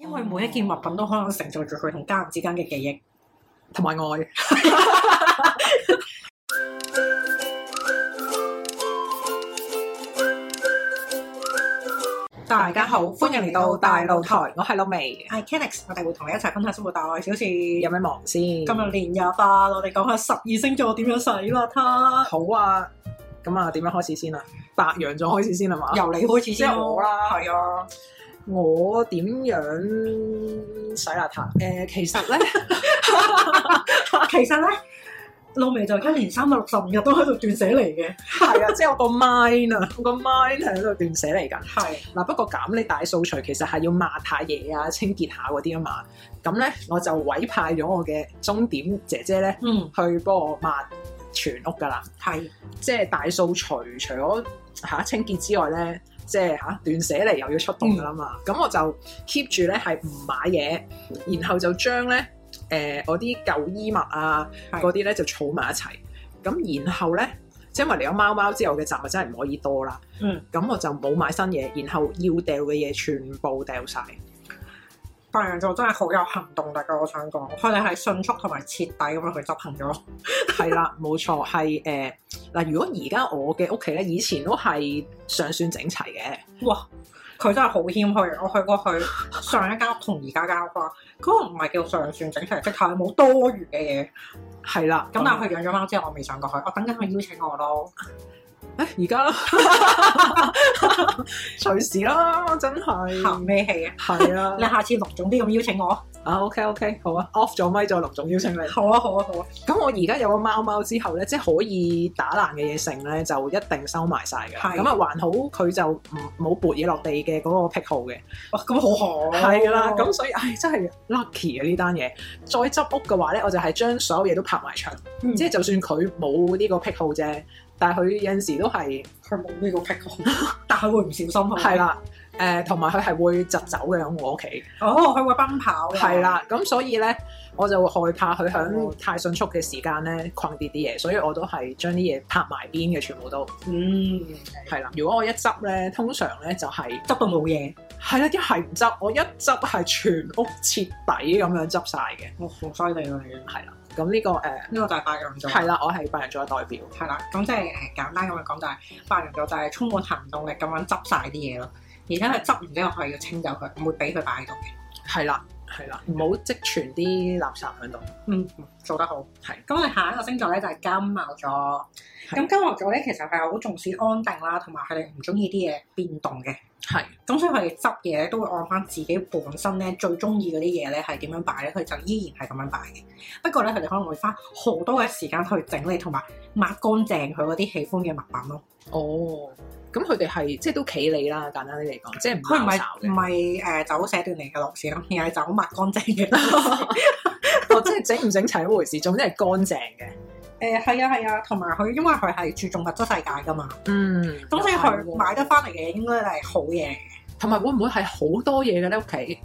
佢每一件物品都可能承載住佢同家人之間嘅記憶。同埋愛。大家好，歡迎嚟到大露台，我係老味，我係 Kenix，我哋會同你一齊分享生活大愛小事。有咩忙先？今日年廿八，我哋講下十二星座點樣洗邋遢。好啊，咁啊，點樣開始先啊？白羊座開始先係嘛？由你開始即先係我啦係啊，我點樣洗邋 遢？誒、其實咧， 其實咧，老味就一年三百六十五日都喺度斷捨離嘅。係啊，即係我個 mind 啊，我個 mind 係喺度斷捨離緊。係，嗱，不過咁你大掃除其實係要抹下嘢啊、清潔下嗰啲啊嘛。咁咧，我就委派咗我嘅鐘點姐姐咧，嗯，去幫我抹全屋噶啦。係，即係大掃除，除咗嚇、清潔之外咧，即係嚇、斷捨離又要出動噶啦嘛。嗯咁、我就 keep 住咧係唔買嘢，然後就將咧誒我啲舊衣物啊係嗰啲咧就儲埋一齊。咁然後咧，即係因為嚟咗貓貓之後嘅雜物真係唔可以多啦。嗯，咁我就冇買新嘢，然後要掉嘅嘢全部掉晒。白羊座真係好有行動力噶，我想講，佢哋係迅速同埋徹底咁樣去執行咗。係 啦，冇錯，係誒嗱。如果而家我嘅屋企咧，以前都係尚算整齊嘅。哇！佢真係好謙虛，我去過佢上一間屋同而家間屋啦，嗰、個唔係叫上算整齊，直頭係冇多餘嘅嘢。係啦，咁但係佢養咗貓之後，我未上過去，我等緊佢邀請我咯。誒 而家啦，隨時啦，真行係咩戲啊？係啊 你，下次隆重啲咁邀請我。 啊 OK OK，好啊，off 咗咪再隆重邀請你。好啊，好啊，好啊。咁我而家有個貓貓之後咧，即係可以打爛嘅嘢剩咧，就一定收埋晒嘅。係咁啊，還好佢就唔冇撥嘢落地嘅嗰個癖好嘅。哇，咁好可係啦，咁所以唉真係 lucky 啊呢單嘢。再執屋嘅話咧，我就係將所有嘢都拍埋牆，嗯即係就算佢冇呢個癖好啫，但係佢有陣時都係。佢冇呢個癖好， 但係會唔小心啊係咪係。啦，誒同埋佢係會疾走嘅喺我屋企，哦，佢會奔跑嘅。係，啦，咁所以咧我就會害怕佢哦響太迅速嘅時間咧困跌啲嘢，所以我都係將啲嘢拍埋邊嘅，全部都嗯，係啦。如果我一執咧，通常咧就係執到冇嘢。係啦，一係唔執，我一執係全屋徹底咁樣執晒嘅，哇，好犀利啊！你係啦。咁啊呢、個誒呢個大白羊座。係啦，我係白羊座嘅代表，係啦，咁即係誒簡單咁樣講，就係白羊座就係充滿行動力咁樣執晒啲嘢咯。而且佢執完之後，佢係要清走佢，唔會俾佢擺喺度嘅。係啦係啦，唔好積存啲垃圾喺度，嗯，做得好。係咁我哋下一個星座咧就係金牛座。係咁金牛座咧其實係好重視安定啦，同埋佢哋唔中意啲嘢變動嘅。係咁所以佢哋執嘢咧都會按翻自己本身咧最中意嗰啲嘢咧係點樣擺咧，佢就依然係咁樣擺嘅。不過咧佢哋可能會花好多嘅時間去整理同埋抹乾淨佢嗰啲喜歡嘅物品咯。哦。咁佢哋係即係都企理啦，簡單啲嚟講，即係唔佢唔係係唔係誒走寫段嚟嘅路線咯，而係走抹乾淨嘅。 哦，即係整唔整齊一回事，總之係乾淨嘅。誒係啊係啊，同埋佢因為佢係注重物質世界噶嘛，嗯，咁所以佢買得翻嚟嘅應該係好嘢。同埋會唔會係好多嘢嘅咧？屋企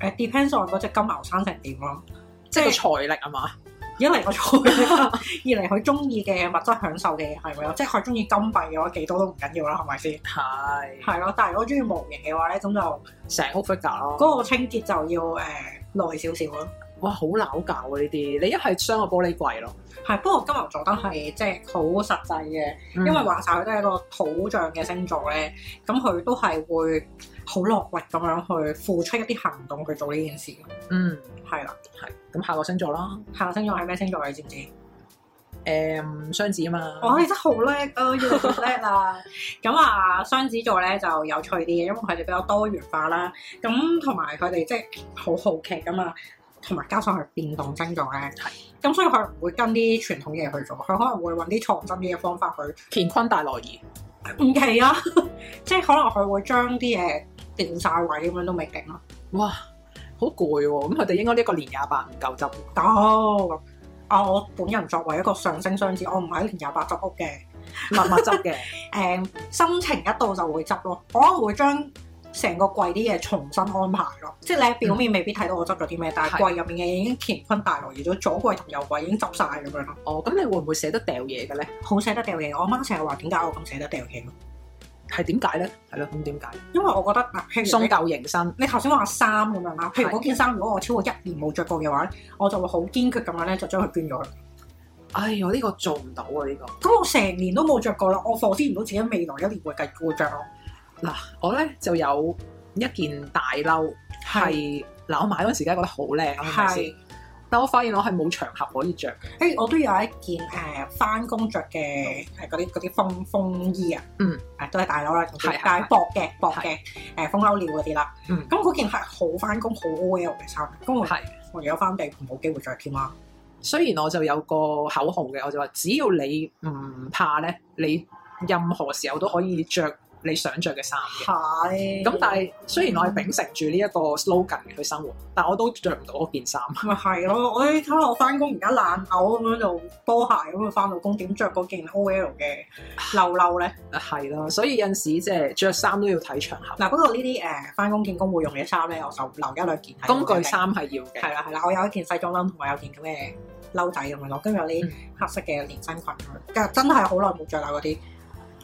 誒 depends on 嗰只金牛生成點咯，即即係個係財力啊嘛。一嚟我做，二嚟佢中意嘅物質享受嘅嘢係咪咯？即係佢中意金幣嘅話，幾多都唔緊要啦，係咪先？嗯係係咯，但係如果中意模型嘅話咧，咁就成屋 figure 咯。嗰個清潔就要誒耐少少咯。哇，好撈教啊！呢啲你一係傷個玻璃櫃咯，係，不過金牛座都係即係好實際嘅。因因為話晒佢都係一個土象嘅星座咧，咁佢都係會好落力咁樣去付出一啲行動去做呢件事嘅。嗯係啦，係咁下個星座啦。下個星座係咩星座你知唔知？誒雙子啊嘛，哇！你真係好叻啊，越嚟越叻啦！咁啊，雙子座咧就有趣啲嘅，因為佢哋比較多元化啦。咁同埋佢哋即係好好奇噶嘛，同埋加上佢變動星座咧，咁所以佢唔會跟啲傳統嘢去做，佢可能會揾啲創新啲嘅方法去乾坤大挪移。唔奇啊， 即係可能佢會將啲嘢調晒位咁樣都未定咯。哇，好攰喎！咁佢哋應該呢個年廿八唔夠執。哦，啊，我本人作為一個上升雙子，我唔係年廿八執屋嘅，密密執嘅，誒、呃心情一到就會執咯，我可能會將成個櫃啲嘢重新安排咯，即係你喺表面未必睇到我執咗啲咩，但係嗯係櫃入面嘅嘢已經乾坤大挪移咗，左櫃同右櫃已經執晒咁樣咯，哦，咁你會唔會捨得掉嘢嘅咧？好捨得掉嘢。我媽成日話點解我咁捨得掉嘢咯？係點解咧？係咯，咁點解？因為我覺得嗱，譬如送你舊迎新，你頭先話衫咁樣啦，譬如係嗰件衫，如果我超過一年冇着過嘅話咧，我就會好堅決咁樣咧，就將佢捐咗佢。唉，我呢個做唔到啊！呢個咁我成年都冇着過啦，我 f o 唔到自己未來一年會繼續會着咯。我咧就有一件大褸，係嗱，我買嗰陣時梗係覺得好靚啊，係咪先係，但我發現我係冇場合可以着嘅。誒我都有一件誒翻工着嘅誒嗰啲嗰啲風風衣啊，嗯，誒都係大褸啦，總之係係但係薄嘅薄嘅誒風褸料嗰啲啦，嗯咁嗰件係好翻工好 O L 嘅衫，咁我係，我而家翻地冇機會着添啦，雖然我就有個口號嘅，我就話只要你唔怕咧，你任何時候都可以着你想着嘅衫嘅。係咁但係雖然我係秉承住呢一個 slogan 去生活，但我都着唔到嗰件衫。咪係咯，我睇下我翻工而家爛嘔咁樣就波鞋咁樣翻到工，點着嗰件 O L 嘅褸褸咧？係啦，所以有陣時即係着衫都要睇場合，嗱，不過呢啲誒翻工見工會用嘅衫咧，我就留一兩件喺工度嘅具衫係要嘅。係啦係啦，我有一件西裝褸同埋有件咁嘅褸仔咁樣咯，跟住有啲嗯黑色嘅連身裙咁樣，但係真係好耐冇着啦嗰啲，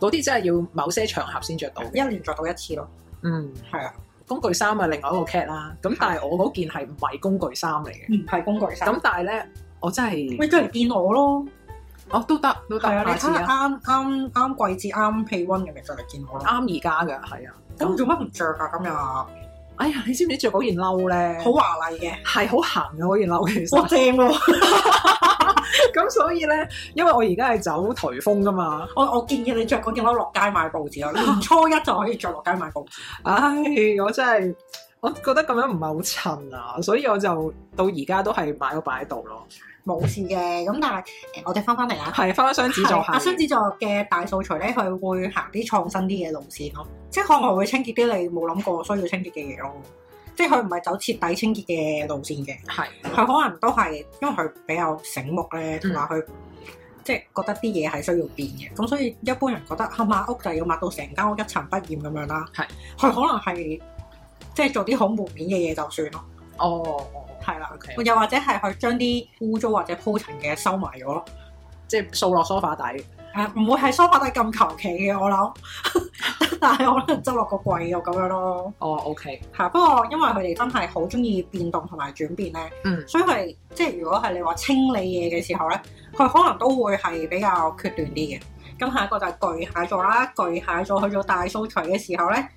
嗰啲真係要某些場合先着到嘅。一年着到一次咯，嗯，係啊，工具衫啊，另外一個 cat 啦。咁但係我嗰件係唔係工具衫嚟嘅。唔係工具衫。咁咁但係咧，我真係你都嚟見我咯，哦都得都得，係啊，你下睇次下啊，啱啱啱季節啱氣温嘅咪就嚟見我啦。啱而家㗎，係啊。咁做乜唔着啊？今日好哎呀，你知唔知着嗰件褸咧？華麗嘅，係好行嘅嗰件褸其哇實。正喎！咁所以咧，因為我而家係走颱風㗎嘛，我我建議你着嗰件褸落街買報紙咯，年初一就可以着落街買報紙。唉，我真係我覺得咁樣唔係好襯啊，所以我就到而家都係買咗擺喺度咯。冇事嘅，咁但係誒我哋翻翻嚟啦。係翻翻雙子座係阿係雙子座嘅大掃除咧，佢會行啲創新啲嘅路線咯，即係可能會清潔啲你冇諗過需要清潔嘅嘢咯。即係佢唔係走徹底清潔嘅路線嘅，係佢可能都係因為佢比較醒目咧，同埋佢即係覺得啲嘢係需要變嘅，咁所以一般人覺得啊抹屋就要抹到成間屋一塵不染咁樣啦。係佢可能係即係做啲好門面嘅嘢就算咯，哦，係啦。 OK 又或者係佢將啲污糟或者鋪塵嘅收埋咗咯。即係掃落梳化底。誒唔會係梳化底咁求其嘅，我諗， 但係可能執落個櫃度咁樣咯。哦，OK，係不過因為佢哋真係好中意變動同埋轉變咧，嗯所以佢哋即係如果係你話清理嘢嘅時候咧，佢可能都會係比較決斷啲嘅。咁下一個就係巨蟹座啦，巨蟹座去做大掃除嘅時候咧，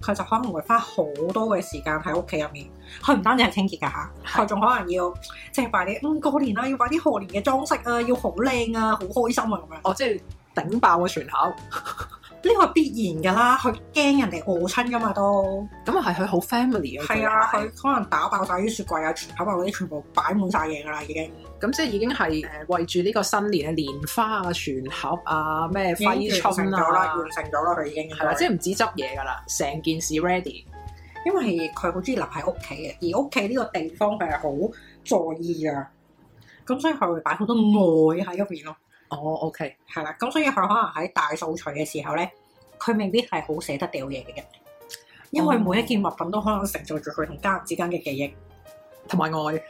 佢就可能會花好多嘅時間喺屋企入面。佢唔單止係清潔㗎嚇，佢仲可能要即係快啲，嗯過年啦，要買啲賀年嘅裝飾啊，要好靚啊，好開心啊咁樣。哦，即係頂爆個全口。呢個係必然㗎啦，佢驚人哋餓親㗎嘛都，咁啊係佢好 family 嘅係啊，巨蟹佢可能打爆晒啲雪櫃啊，全打爆嗰啲全部擺滿晒嘢㗎啦，已經咁即係已經係誒為住呢個新年嘅蓮花啊、全盒啊、咩已經揮完成春咗啦，啊，完成咗啦，佢已經係啦，即係唔止執嘢㗎啦，成件事 ready。因為佢好中意留喺屋企嘅，而屋企呢個地方佢係好在意㗎，咁所以佢會擺好多愛喺入邊咯，哦，OK，係啦，咁所以佢可能喺大掃除嘅時候咧，佢未必係好捨得掉嘢嘅，因為哦每一件物品都可能承載住佢同家人之間嘅記憶。同埋愛。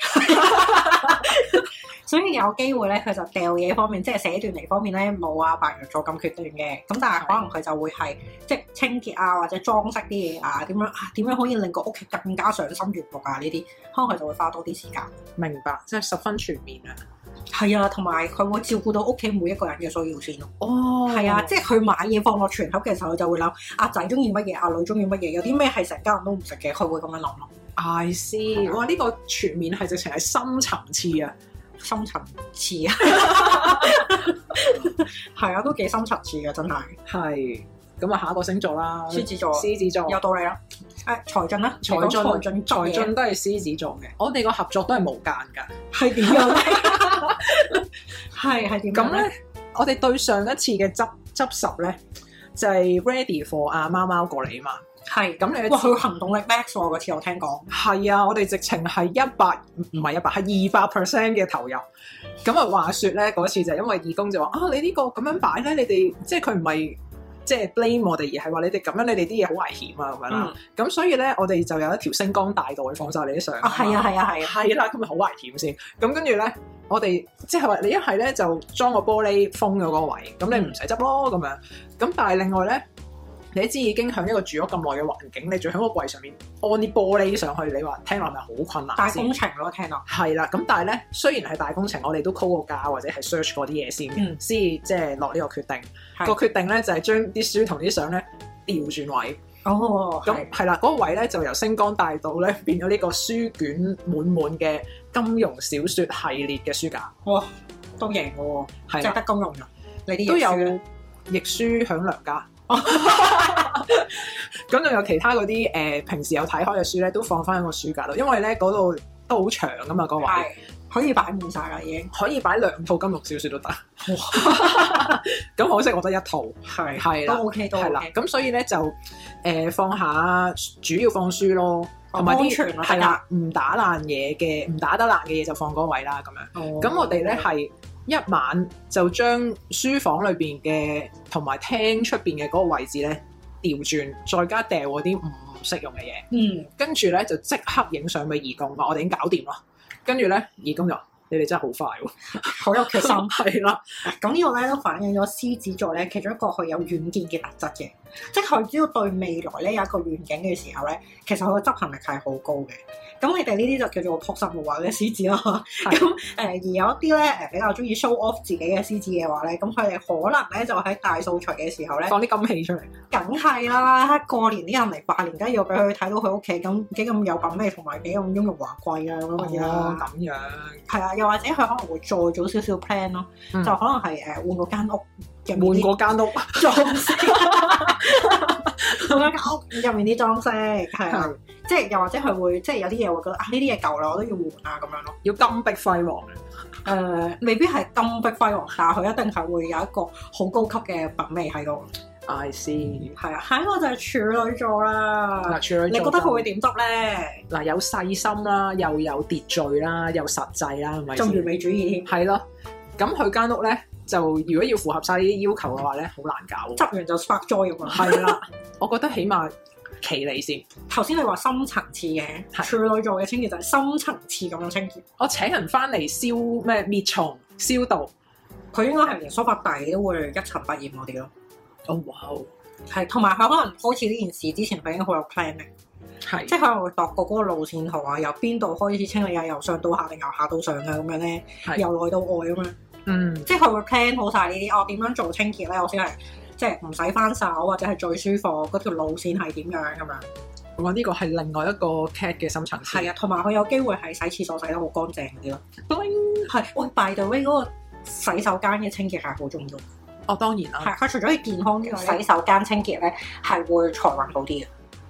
所以有機會咧，佢就掉嘢方面，即係寫斷離方面咧，冇啊白羊座咁決斷嘅。咁但係可能佢就會係即係清潔啊，或者裝飾啲嘢啊，點樣啊點樣可以令個屋企更加賞心悅目啊？呢啲可能佢就會花多啲時間。明白，即係十分全面啊！係啊，同埋佢會照顧到屋企每一個人嘅需要先咯。哦係、啊，即係佢買嘢放落全盒嘅時候，佢就會諗阿仔中意乜嘢，阿女中意乜嘢，有啲咩係成家人都唔食嘅，佢會咁樣諗咯。 I 啊 see，哇！呢、個全面係直情係深層次啊！深層次啊，係啊，都幾深層次嘅，真係。係咁啊，下一個星座啦，獅子座。獅子座有道理啦。誒財進啦，哦財你進講財進財財進進都係獅子座嘅，我哋個合作都係無間㗎。係點樣咧？ 係係點咁樣咧？咧，我哋對上一次嘅執執拾咧，就係、ready for 阿貓貓過嚟嘛。係咁你哇！佢行動力 max 喎，嗰次我聽講。係啊，我哋直情係一百唔係一百，係二百 percent 嘅投入。咁啊，話説咧嗰次就因為義工就話啊，你呢個咁樣擺咧，你哋即係佢唔係即係 blame 我哋，而係話你哋咁樣，你哋啲嘢好危險啊咁樣嗯啦。咁、所以咧，我哋就有一條星光大道去放晒你啲相。啊係啊係啊係啊！係啦，咁咪好危險先。咁跟住咧，我哋即係話你一係咧就裝個玻璃封咗嗰個位，咁你唔使執咯咁樣。咁但係另外咧，你都知已經喺一個住咗咁耐嘅環境，你仲喺個櫃上面安啲玻璃上去，你話聽啊落係咪好困難大先工程咯，聽落係啦，咁但係咧，雖然係大工程，我哋都 call 個價或者係 search 過啲嘢先嗯，先即係落呢個決定。係個決定咧就係將啲書同啲相咧調轉位，哦，咁係啦，嗰、個位咧就由星光大道咧變咗呢個書卷滿滿嘅金庸小說系列嘅書架，哇都贏喎，即係係啦，得公用㗎，你啲都嘢有輸啦亦書響良家。咁仲有其他嗰啲誒平時有睇開嘅書咧，都放翻喺個書架度，因為咧嗰度都好長噶嘛，個位係可以擺滿晒啦，已經可以擺兩套金庸小說都得。 咁可惜我得一套。係係啦都 OK 都係啦， OK，咁所以咧就誒、呃放下主要放書咯，同埋安啲全啦係啦，唔打爛嘢嘅，唔打得爛嘅嘢就放嗰位啦咁樣。咁咁我哋咧係一晚就將書房裏邊嘅同埋廳出邊嘅嗰個位置咧調轉，再加掉嗰啲唔適用嘅嘢，嗯跟住咧就即刻影相俾義工，話我哋已經搞掂啦。跟住咧義工就話你哋真係好快喎，好有決心。 係啦，啊咁呢個咧都反映咗獅子座咧，其中一個佢有遠見嘅特質嘅，即係佢只要對未來咧有一個願景嘅時候咧，其實佢嘅執行力係好高嘅。咁你哋呢啲就叫做撲心無話嘅獅子啦。咁誒、而有一啲咧誒比較中意 show off 自己嘅獅子嘅話咧，咁佢哋可能咧就喺大掃除嘅時候咧，放啲金器出嚟。梗係啦，過年啲人嚟拜年，梗係要俾佢睇到佢屋企咁幾咁有品味，同埋幾咁雍容華貴啊咁樣嘅嘢啦哦，咁樣。係啊，又或者佢可能會再早少少 plan 咯，嗯就可能係誒換個間屋入換面啲過間屋，裝 飾，換間屋入面啲裝飾係啊，即係又或者佢會即係有啲嘢會覺得啊呢啲嘢舊啦，我都要換啊咁樣咯。要金碧輝煌。誒、未必係金碧輝煌，但係佢一定係會有一個好高級嘅品味喺度。 I see。啊係啊，下一個就係處女座啦嗱，。處女嗯你覺得佢會點執咧？嗱有細心啦，又有秩序啦，又實際啦，係咪仲完先？美主義添，係咯。咁佢間屋咧，就如果要符合晒呢啲要求嘅話咧，好難搞。執完就 spark joy 咁啊！係啦，我覺得起碼企理先。頭先你話深層次嘅係處女座嘅清潔就係深層次咁樣清潔，我請人翻嚟消咩滅蟲消毒。佢應該係連梳化底都會一塵不染嗰啲咯。哦，哇！係，同埋佢可能開始呢件事之前，佢已經好有 planning，係即係可能會度過嗰個路線圖啊，由邊度開始清理啊，由上到下定由下到上啊咁樣咧，係由內到外咁樣，嗯即係佢會 plan 好晒呢啲，我哦點樣做清潔咧，我先係即係唔使翻手或者係最舒服嗰條路線係點樣咁樣。哇！呢個係另外一個 cat 嘅深層次。係啊，同埋佢有機會係洗廁所洗得好乾淨嗰啲咯。 Bling 係，喂，by the way 嗰個洗手間嘅清潔係好重要。哦，當然啦。係，佢除咗要健康之外，洗手間清潔咧係會財運好啲嘅。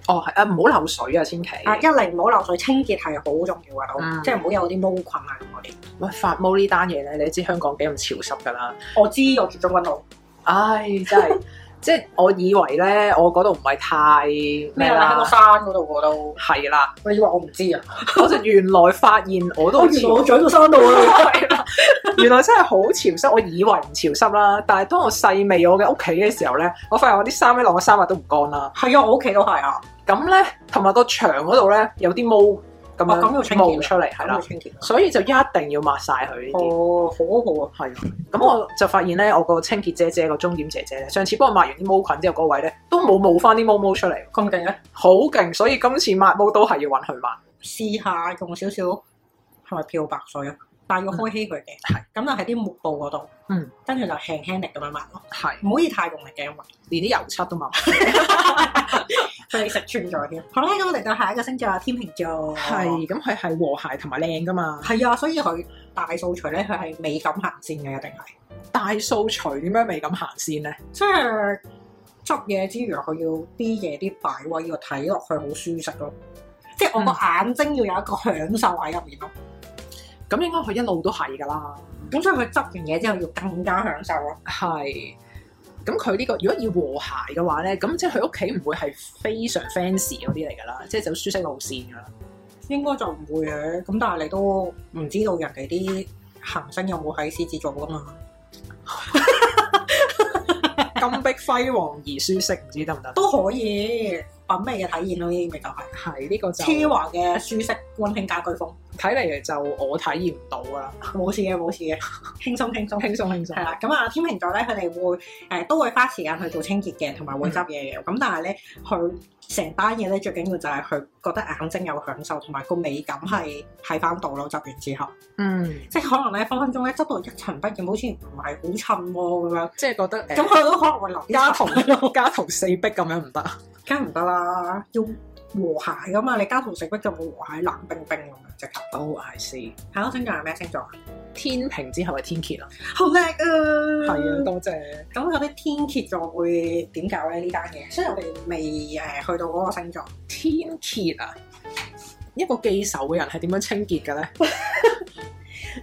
哦，係啊，唔好漏水啊，千祈。啊，一嚟唔好漏水，清潔係好重要噶，嗯即係唔好有啲毛菌啊咁嗰啲。喂，發毛呢單嘢咧，你知香港幾咁潮濕㗎啦。我知我住中軍路，唉，真係，即係我以為咧，我嗰度唔係太咩咩啊啦喺個啦，山嗰度嗰度，係啦，你以為我唔知啊？我就原來發現我都我好原來潮我住喺個山度啊！ 係啦， 原來真係好潮濕，我以為唔潮濕啦，但係當我細味我嘅屋企嘅時候咧，我發現我啲衫咧晾咗三日都唔乾啦，係啊，我屋企都係啊，咁咧同埋個牆嗰度咧有啲毛咁哦咁要樣清潔冒出嚟，係咁啦要，清潔啊。所以就一定要抹晒佢呢啲。哦，好好啊，係啊，咁我就發現咧，我個清潔姐姐個鐘點姐姐咧，上次幫我抹完啲毛菌之後，嗰位咧都冇冇翻啲毛毛出嚟，咁勁咧，好勁！所以今次抹毛都係要揾佢抹，試下用少少係咪漂白水啊？但係要開稀佢嘅，嗯係咁就喺啲抹布嗰度，嗯，跟住就輕輕力咁樣抹咯，係唔可以太用力嘅，因為連啲油漆都抹。俾食穿咗添。好啦，咁我哋到下一個星座啊，天秤座，係，咁佢係和諧同埋靚噶嘛。係啊，所以佢大掃除咧，佢係美感行先嘅，一定係。大掃除點樣未咁行先咧？即係執嘢之餘，佢要啲嘢啲擺位要睇落去好舒適咯。即係我個眼睛要有一個享受喺入面咯。咁應該佢一路都係噶啦。咁所以佢執完嘢之後要更加享受咯。係。咁佢呢個如果要和諧嘅話咧，咁即係佢屋企唔會係非常 fancy 嗰啲嚟㗎啦，即係走舒適路線㗎啦。應該就唔會嘅。咁但係你都唔知道人哋啲行星有冇喺獅子座噶嘛？ 金碧輝煌而舒適，唔知得唔得？都可以品味嘅體驗咯，呢啲咪就係係呢個就奢華嘅舒適溫馨家居風。 睇嚟就我體驗唔到噶啦，冇事嘅，冇事嘅， 輕鬆輕鬆。輕鬆係輕鬆。啦，咁啊天秤座咧，佢哋會誒、都會花時間去做清潔嘅，同埋會執嘢嘅。咁、但係咧，佢成單嘢咧最緊要就係佢覺得眼睛有享受，同埋個美感係喺翻度咯。執完之後，嗯，即係可能咧分分鐘咧執到一塵不染，好似唔係好襯喎咁樣。即係覺得咁誒佢都可能會留一家塵，徒家徒四壁咁樣唔得。梗係唔得啦，要和諧噶嘛。你家徒四壁就冇和諧，冷冰冰咁樣即刻。 Oh I see。係咯，星座係咩星座啊？天平之後係天蠍啦。好叻啊！係啊，係啊，多謝。咁嗰啲天蠍座會點搞咧？呢單嘢，雖然我哋未誒去到嗰個星座。天蠍啊，一個記仇嘅人係點樣清潔嘅咧？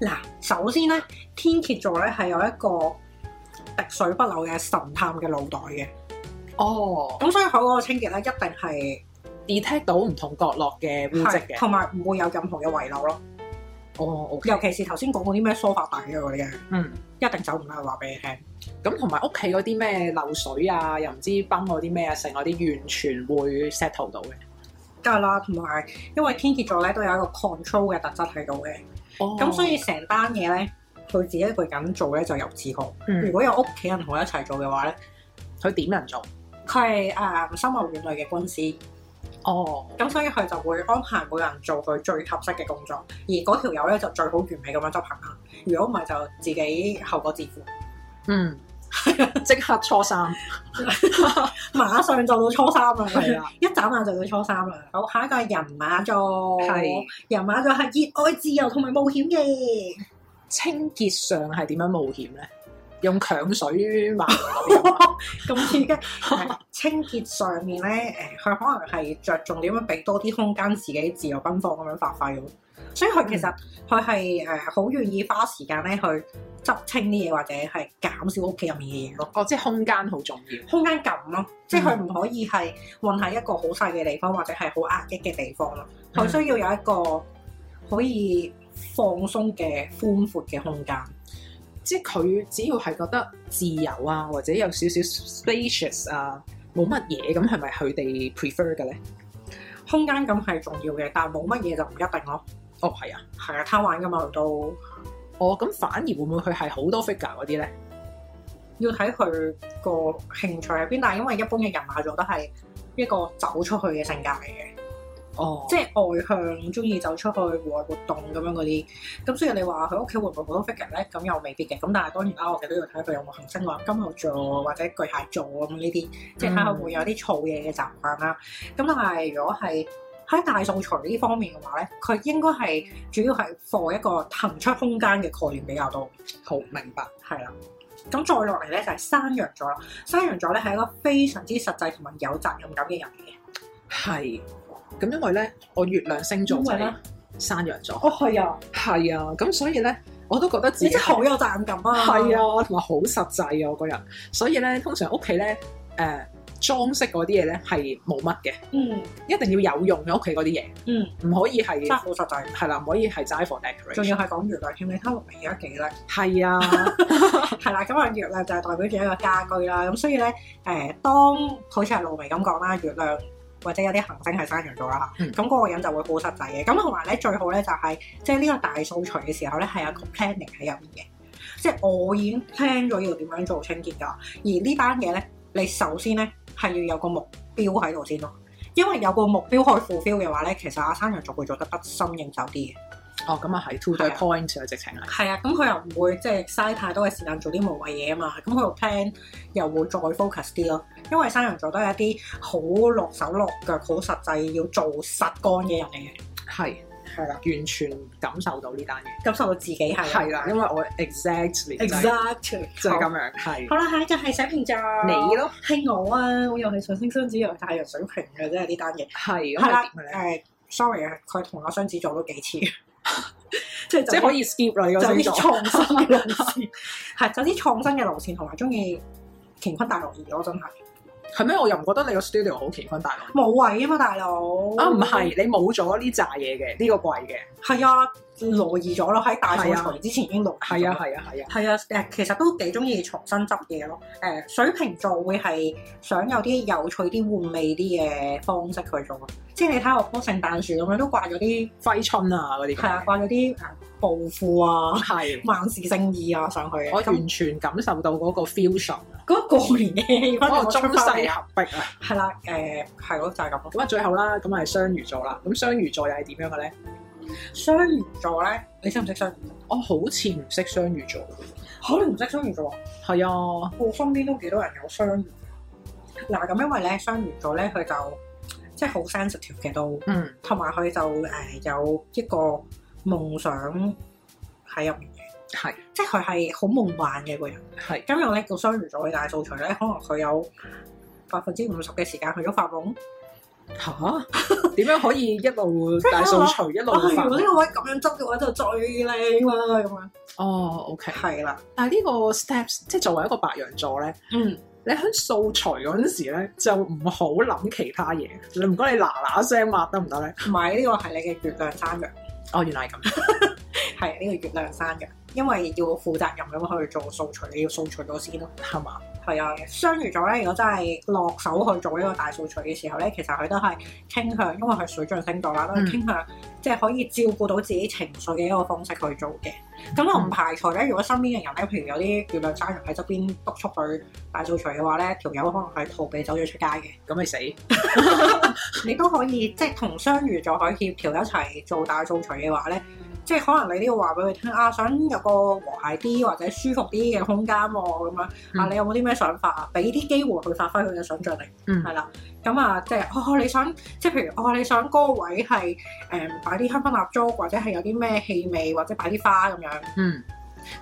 嗱，首先咧，天蝎座咧係有一個滴水不漏嘅神探嘅腦袋嘅，哦咁所以佢嗰個清潔咧一定係，detect 到唔同角落嘅污跡係嘅。同埋唔會有任何嘅遺漏咯。哦，OK，尤其是頭先講嗰啲咩梳化底啊嗰啲嘅，嗯。一定走唔甩，話俾你聽。咁同埋屋企嗰啲咩漏水啊，又唔知崩嗰啲咩啊，成嗰啲完全會 settle 到嘅。梗係啦，同埋因為天蝎座咧都有一個 control 嘅特質喺度嘅，哦咁、所以成單嘢咧佢自己一個人做咧就由自控。如嗯果有屋企人同佢一齊做嘅話咧，佢點人做？佢係誒深謀遠慮嘅軍師。哦，咁所以佢就會安排每人做佢最合適嘅工作，而嗰條友咧就最好完美咁樣執行啦。如果唔係就自己後果自負，嗯， 即刻初三，馬上就到初三係啊啦，啦， 一眨眼就到初三啦。好，下一個係人馬座，係人馬座係熱愛自由同埋冒險嘅，清潔上係點樣冒險咧？用強水抹啊 咁而家誒清潔上面咧，誒佢可能係着重點樣俾多啲空間自己自由奔放咁樣發揮咯。所以佢其實佢係誒好願意花時間咧去執清啲嘢，或者係減少屋企入面嘅嘢咯。哦，即係空間好重要。空間感咯，即係佢唔可以係混喺一個好細嘅地方，或者係好壓抑嘅地方咯。佢嗯需要有一個可以放鬆嘅寬闊嘅空間。即係佢只要係覺得自由啊，或者有少少 spacious 啊，冇乜嘢咁，係咪佢哋 prefer 嘅咧？空間感係重要嘅，但係冇乜嘢就唔一定咯。哦，係啊，係啊，貪玩噶嘛，佢都哦，咁反而會唔會佢係好多 figure 嗰啲咧？要睇佢個興趣喺邊。但係因為一般嘅人馬座都係一個走出去嘅性格嚟嘅，哦，即係外向，中意走出去戶外活動咁樣嗰啲。咁所以你話佢屋企會唔會好多 figure 咧？咁又未必嘅。咁但係當然啦，我哋都要睇佢有冇行星落金牛座或者巨蟹座咁呢啲，即係睇下會唔會有啲燥嘢嘅習慣啦。咁但係如果係喺大掃除呢方面嘅話咧，佢應該係主要係 for 一個騰出空間嘅概念比較多。好明白。係啦。咁再落嚟咧就係山羊座啦。山羊座咧係一個非常之實際同埋有責任感嘅人嚟嘅。係，咁因為咧，我月亮星座就因為係咧山羊座，哦，係啊，係啊，咁所以咧，我都覺得自你己真係好有責任感啊！係啊，同埋好實際啊，我個人，所以咧，通常屋企咧，誒裝飾嗰啲嘢咧係冇乜嘅，嗯，一定要有用嘅屋企嗰啲嘢，嗯，唔可以真係係好實際。係啦，唔可以係齋 for 仲 decoration，要係講月亮添，你睇落明而家幾叻？係啊，係啦，咁啊月亮就係代表住一個家居啦，咁所以咧誒、當好似係露媚咁講啦，月亮或者有啲行星係山羊座啦嚇，嗯咁嗰、個人就會好實際嘅，咁同埋咧最好咧就係、即係呢個大掃除嘅時候咧係有個 planning 喺入面嘅，即係我已經 plan 咗要點樣做清潔㗎，而呢單嘢咧你首先咧係要有個目標喺度先咯。因為有個目標去 fulfill 嘅話咧，其實阿山羊座會做得得心應手啲嘅。 哦，咁啊係 to the 係啊 point 啊，直情係，係啊，咁佢又唔會即係嘥太多嘅時間做啲無謂嘢啊嘛，咁佢個 plan 又會再 focus 啲咯。因為山羊座都係一啲好落手落腳、好實際要做實幹嘅人嚟嘅，係係啦，完全感受到呢單嘢，感受到自己係啊係啊啦，因為我 exactly 就係，exactly 就係咁樣，係好啦，下一個係水瓶座，你咯，係我啊，我又係上升雙子又係太陽水瓶嘅啫，呢單嘢係咁係啦係點嘅誒咧？，sorry 啊，佢同我雙子座都幾似， 即係即係可以 skip 啦，呢個星就座啲。創新嘅路 線，係走啲創新嘅路線，同埋中意乾坤大挪移咯，真係係咩？我又唔覺得你個 studio 好奇分大佬。冇位啊嘛，大佬。啊，唔係，你冇咗呢扎嘢嘅，呢、個櫃嘅，係啊，挪移咗咯，喺大掃係除之前已經挪移咗。係啊，係啊，係啊，係啊，誒，其實都幾中意重新執嘢咯。誒、水瓶座會係想有啲有趣啲、換味啲嘅方式去做啊。即係你睇我棵聖誕樹咁樣，都掛咗啲揮春啊嗰啲。係啊，掛咗啲誒暴富啊、 係，萬事勝意啊上去。我咁完全感受到嗰個 fusion，嗰過年嘅氣氛嗰有個冇中出返西嚟啊，合璧啊！係啦，誒係咯，就係咁咯。咁啊，最後啦，咁係雙魚座啦。咁雙魚座又係點樣嘅咧？雙魚座咧，你識唔識雙魚座？我好似唔識雙魚座嘅可能唔識雙魚座啊。喎。係啊，我身邊都幾多人有雙魚。嗱，咁因為咧雙魚座咧，佢就即係好 sensitive 嘅都，嗯，同埋佢就誒、呃有一個夢想喺入面嘅，係即係佢係好夢幻嘅個人。係今日咧叫雙魚座去大掃除咧，可能佢有百分之五十嘅時間去咗發夢。吓？點樣可以一 路大掃除一路啊，如發果呢個位咁樣執嘅話，就最靚啦咁樣。哦，OK。 係啦，但係呢個 steps，即係作為一個白羊座咧，嗯，你喺掃除嗰陣時咧，就唔好諗其他嘢。你唔該你嗱嗱聲抹得唔得咧？同埋呢個係你嘅月亮山羊，哦，原來係咁。係呢個月亮山羊，因為要負責任咁去做掃除，你要掃除咗先咯。係嘛？係啊，雙魚座咧，如果真係落手去做呢個大掃除嘅時候咧，其實佢都係傾向，因為佢水象星座啦，都係傾向即係可以照顧到自己情緒嘅一個方式去做嘅。咁我唔排除咧，如果身邊嘅人咧，譬如有啲月亮山羊喺側邊督促佢大掃除嘅話咧，條友可能係逃避走咗出街嘅。咁咪死。你都可以即係同雙魚座可以協調一齊做大掃除嘅話咧，即係可能你都要話俾佢聽啊，想有個和諧啲或者舒服啲嘅空間喎、咁樣啊，嗯你有冇啲咩想法啊？俾啲機會佢發揮佢嘅想像力，嗯係啦、咁啊，即係哦，你想即係譬如哦，你想嗰個位係誒擺啲香薰蠟燭，或者係有啲咩氣味，或者擺啲花咁樣，嗯，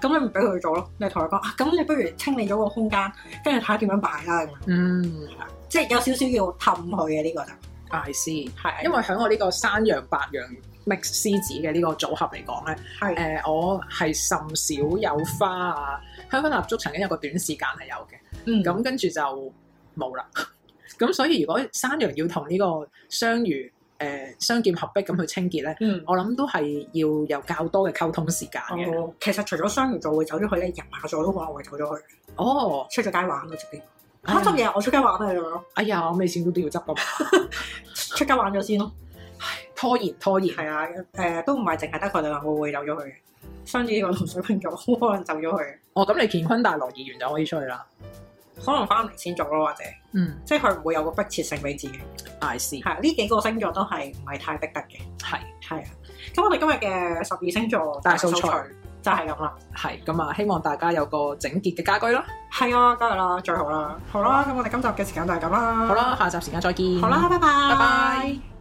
咁你唔俾佢做咯，你同佢講啊，咁你不如清理咗個空間，跟住睇下點樣擺啦咁樣，嗯即係有少少要氹佢嘅呢個就，I see。係因為喺我呢個山羊白羊 mix 獅子嘅呢個組合嚟講咧，誒、係我係甚少有花啊，香薰蠟燭曾經有個短時間係有嘅，嗯咁跟住就冇啦。 咁所以如果山羊要同呢個雙魚誒、雙劍合璧咁去清潔咧，嗯。我諗都係要有較多嘅溝通時間嘅。哦，其實除咗雙魚座會走咗去咧，人馬座都可能會走咗去，哦，出咗街玩咯直接。哎嚇呀執嘢，我出街玩啦咁樣 咯，哎呀，我未錢都都要執噶嘛，出街玩咗先咯。拖延拖延。係啊，誒、都唔係淨係得佢哋兩個會走咗去嘅，雙子座同水瓶座好可能走咗去，哦，咁你乾坤大挪移完就可以出去啦。可能翻嚟先做咯，或者嗯即係佢唔會有個迫切性俾自己。 ，I see，係啊呢幾個星座都係唔係太逼得嘅。係。係啊，咁我哋今日嘅十二星座大掃除就係咁啦。係咁啊，希望大家有個整潔嘅家居啦。係啊，梗係啦，最好啦。好啦，咁我哋今集嘅時間就係咁啦。好，啦，下集時間再見。好啦，拜拜，拜拜。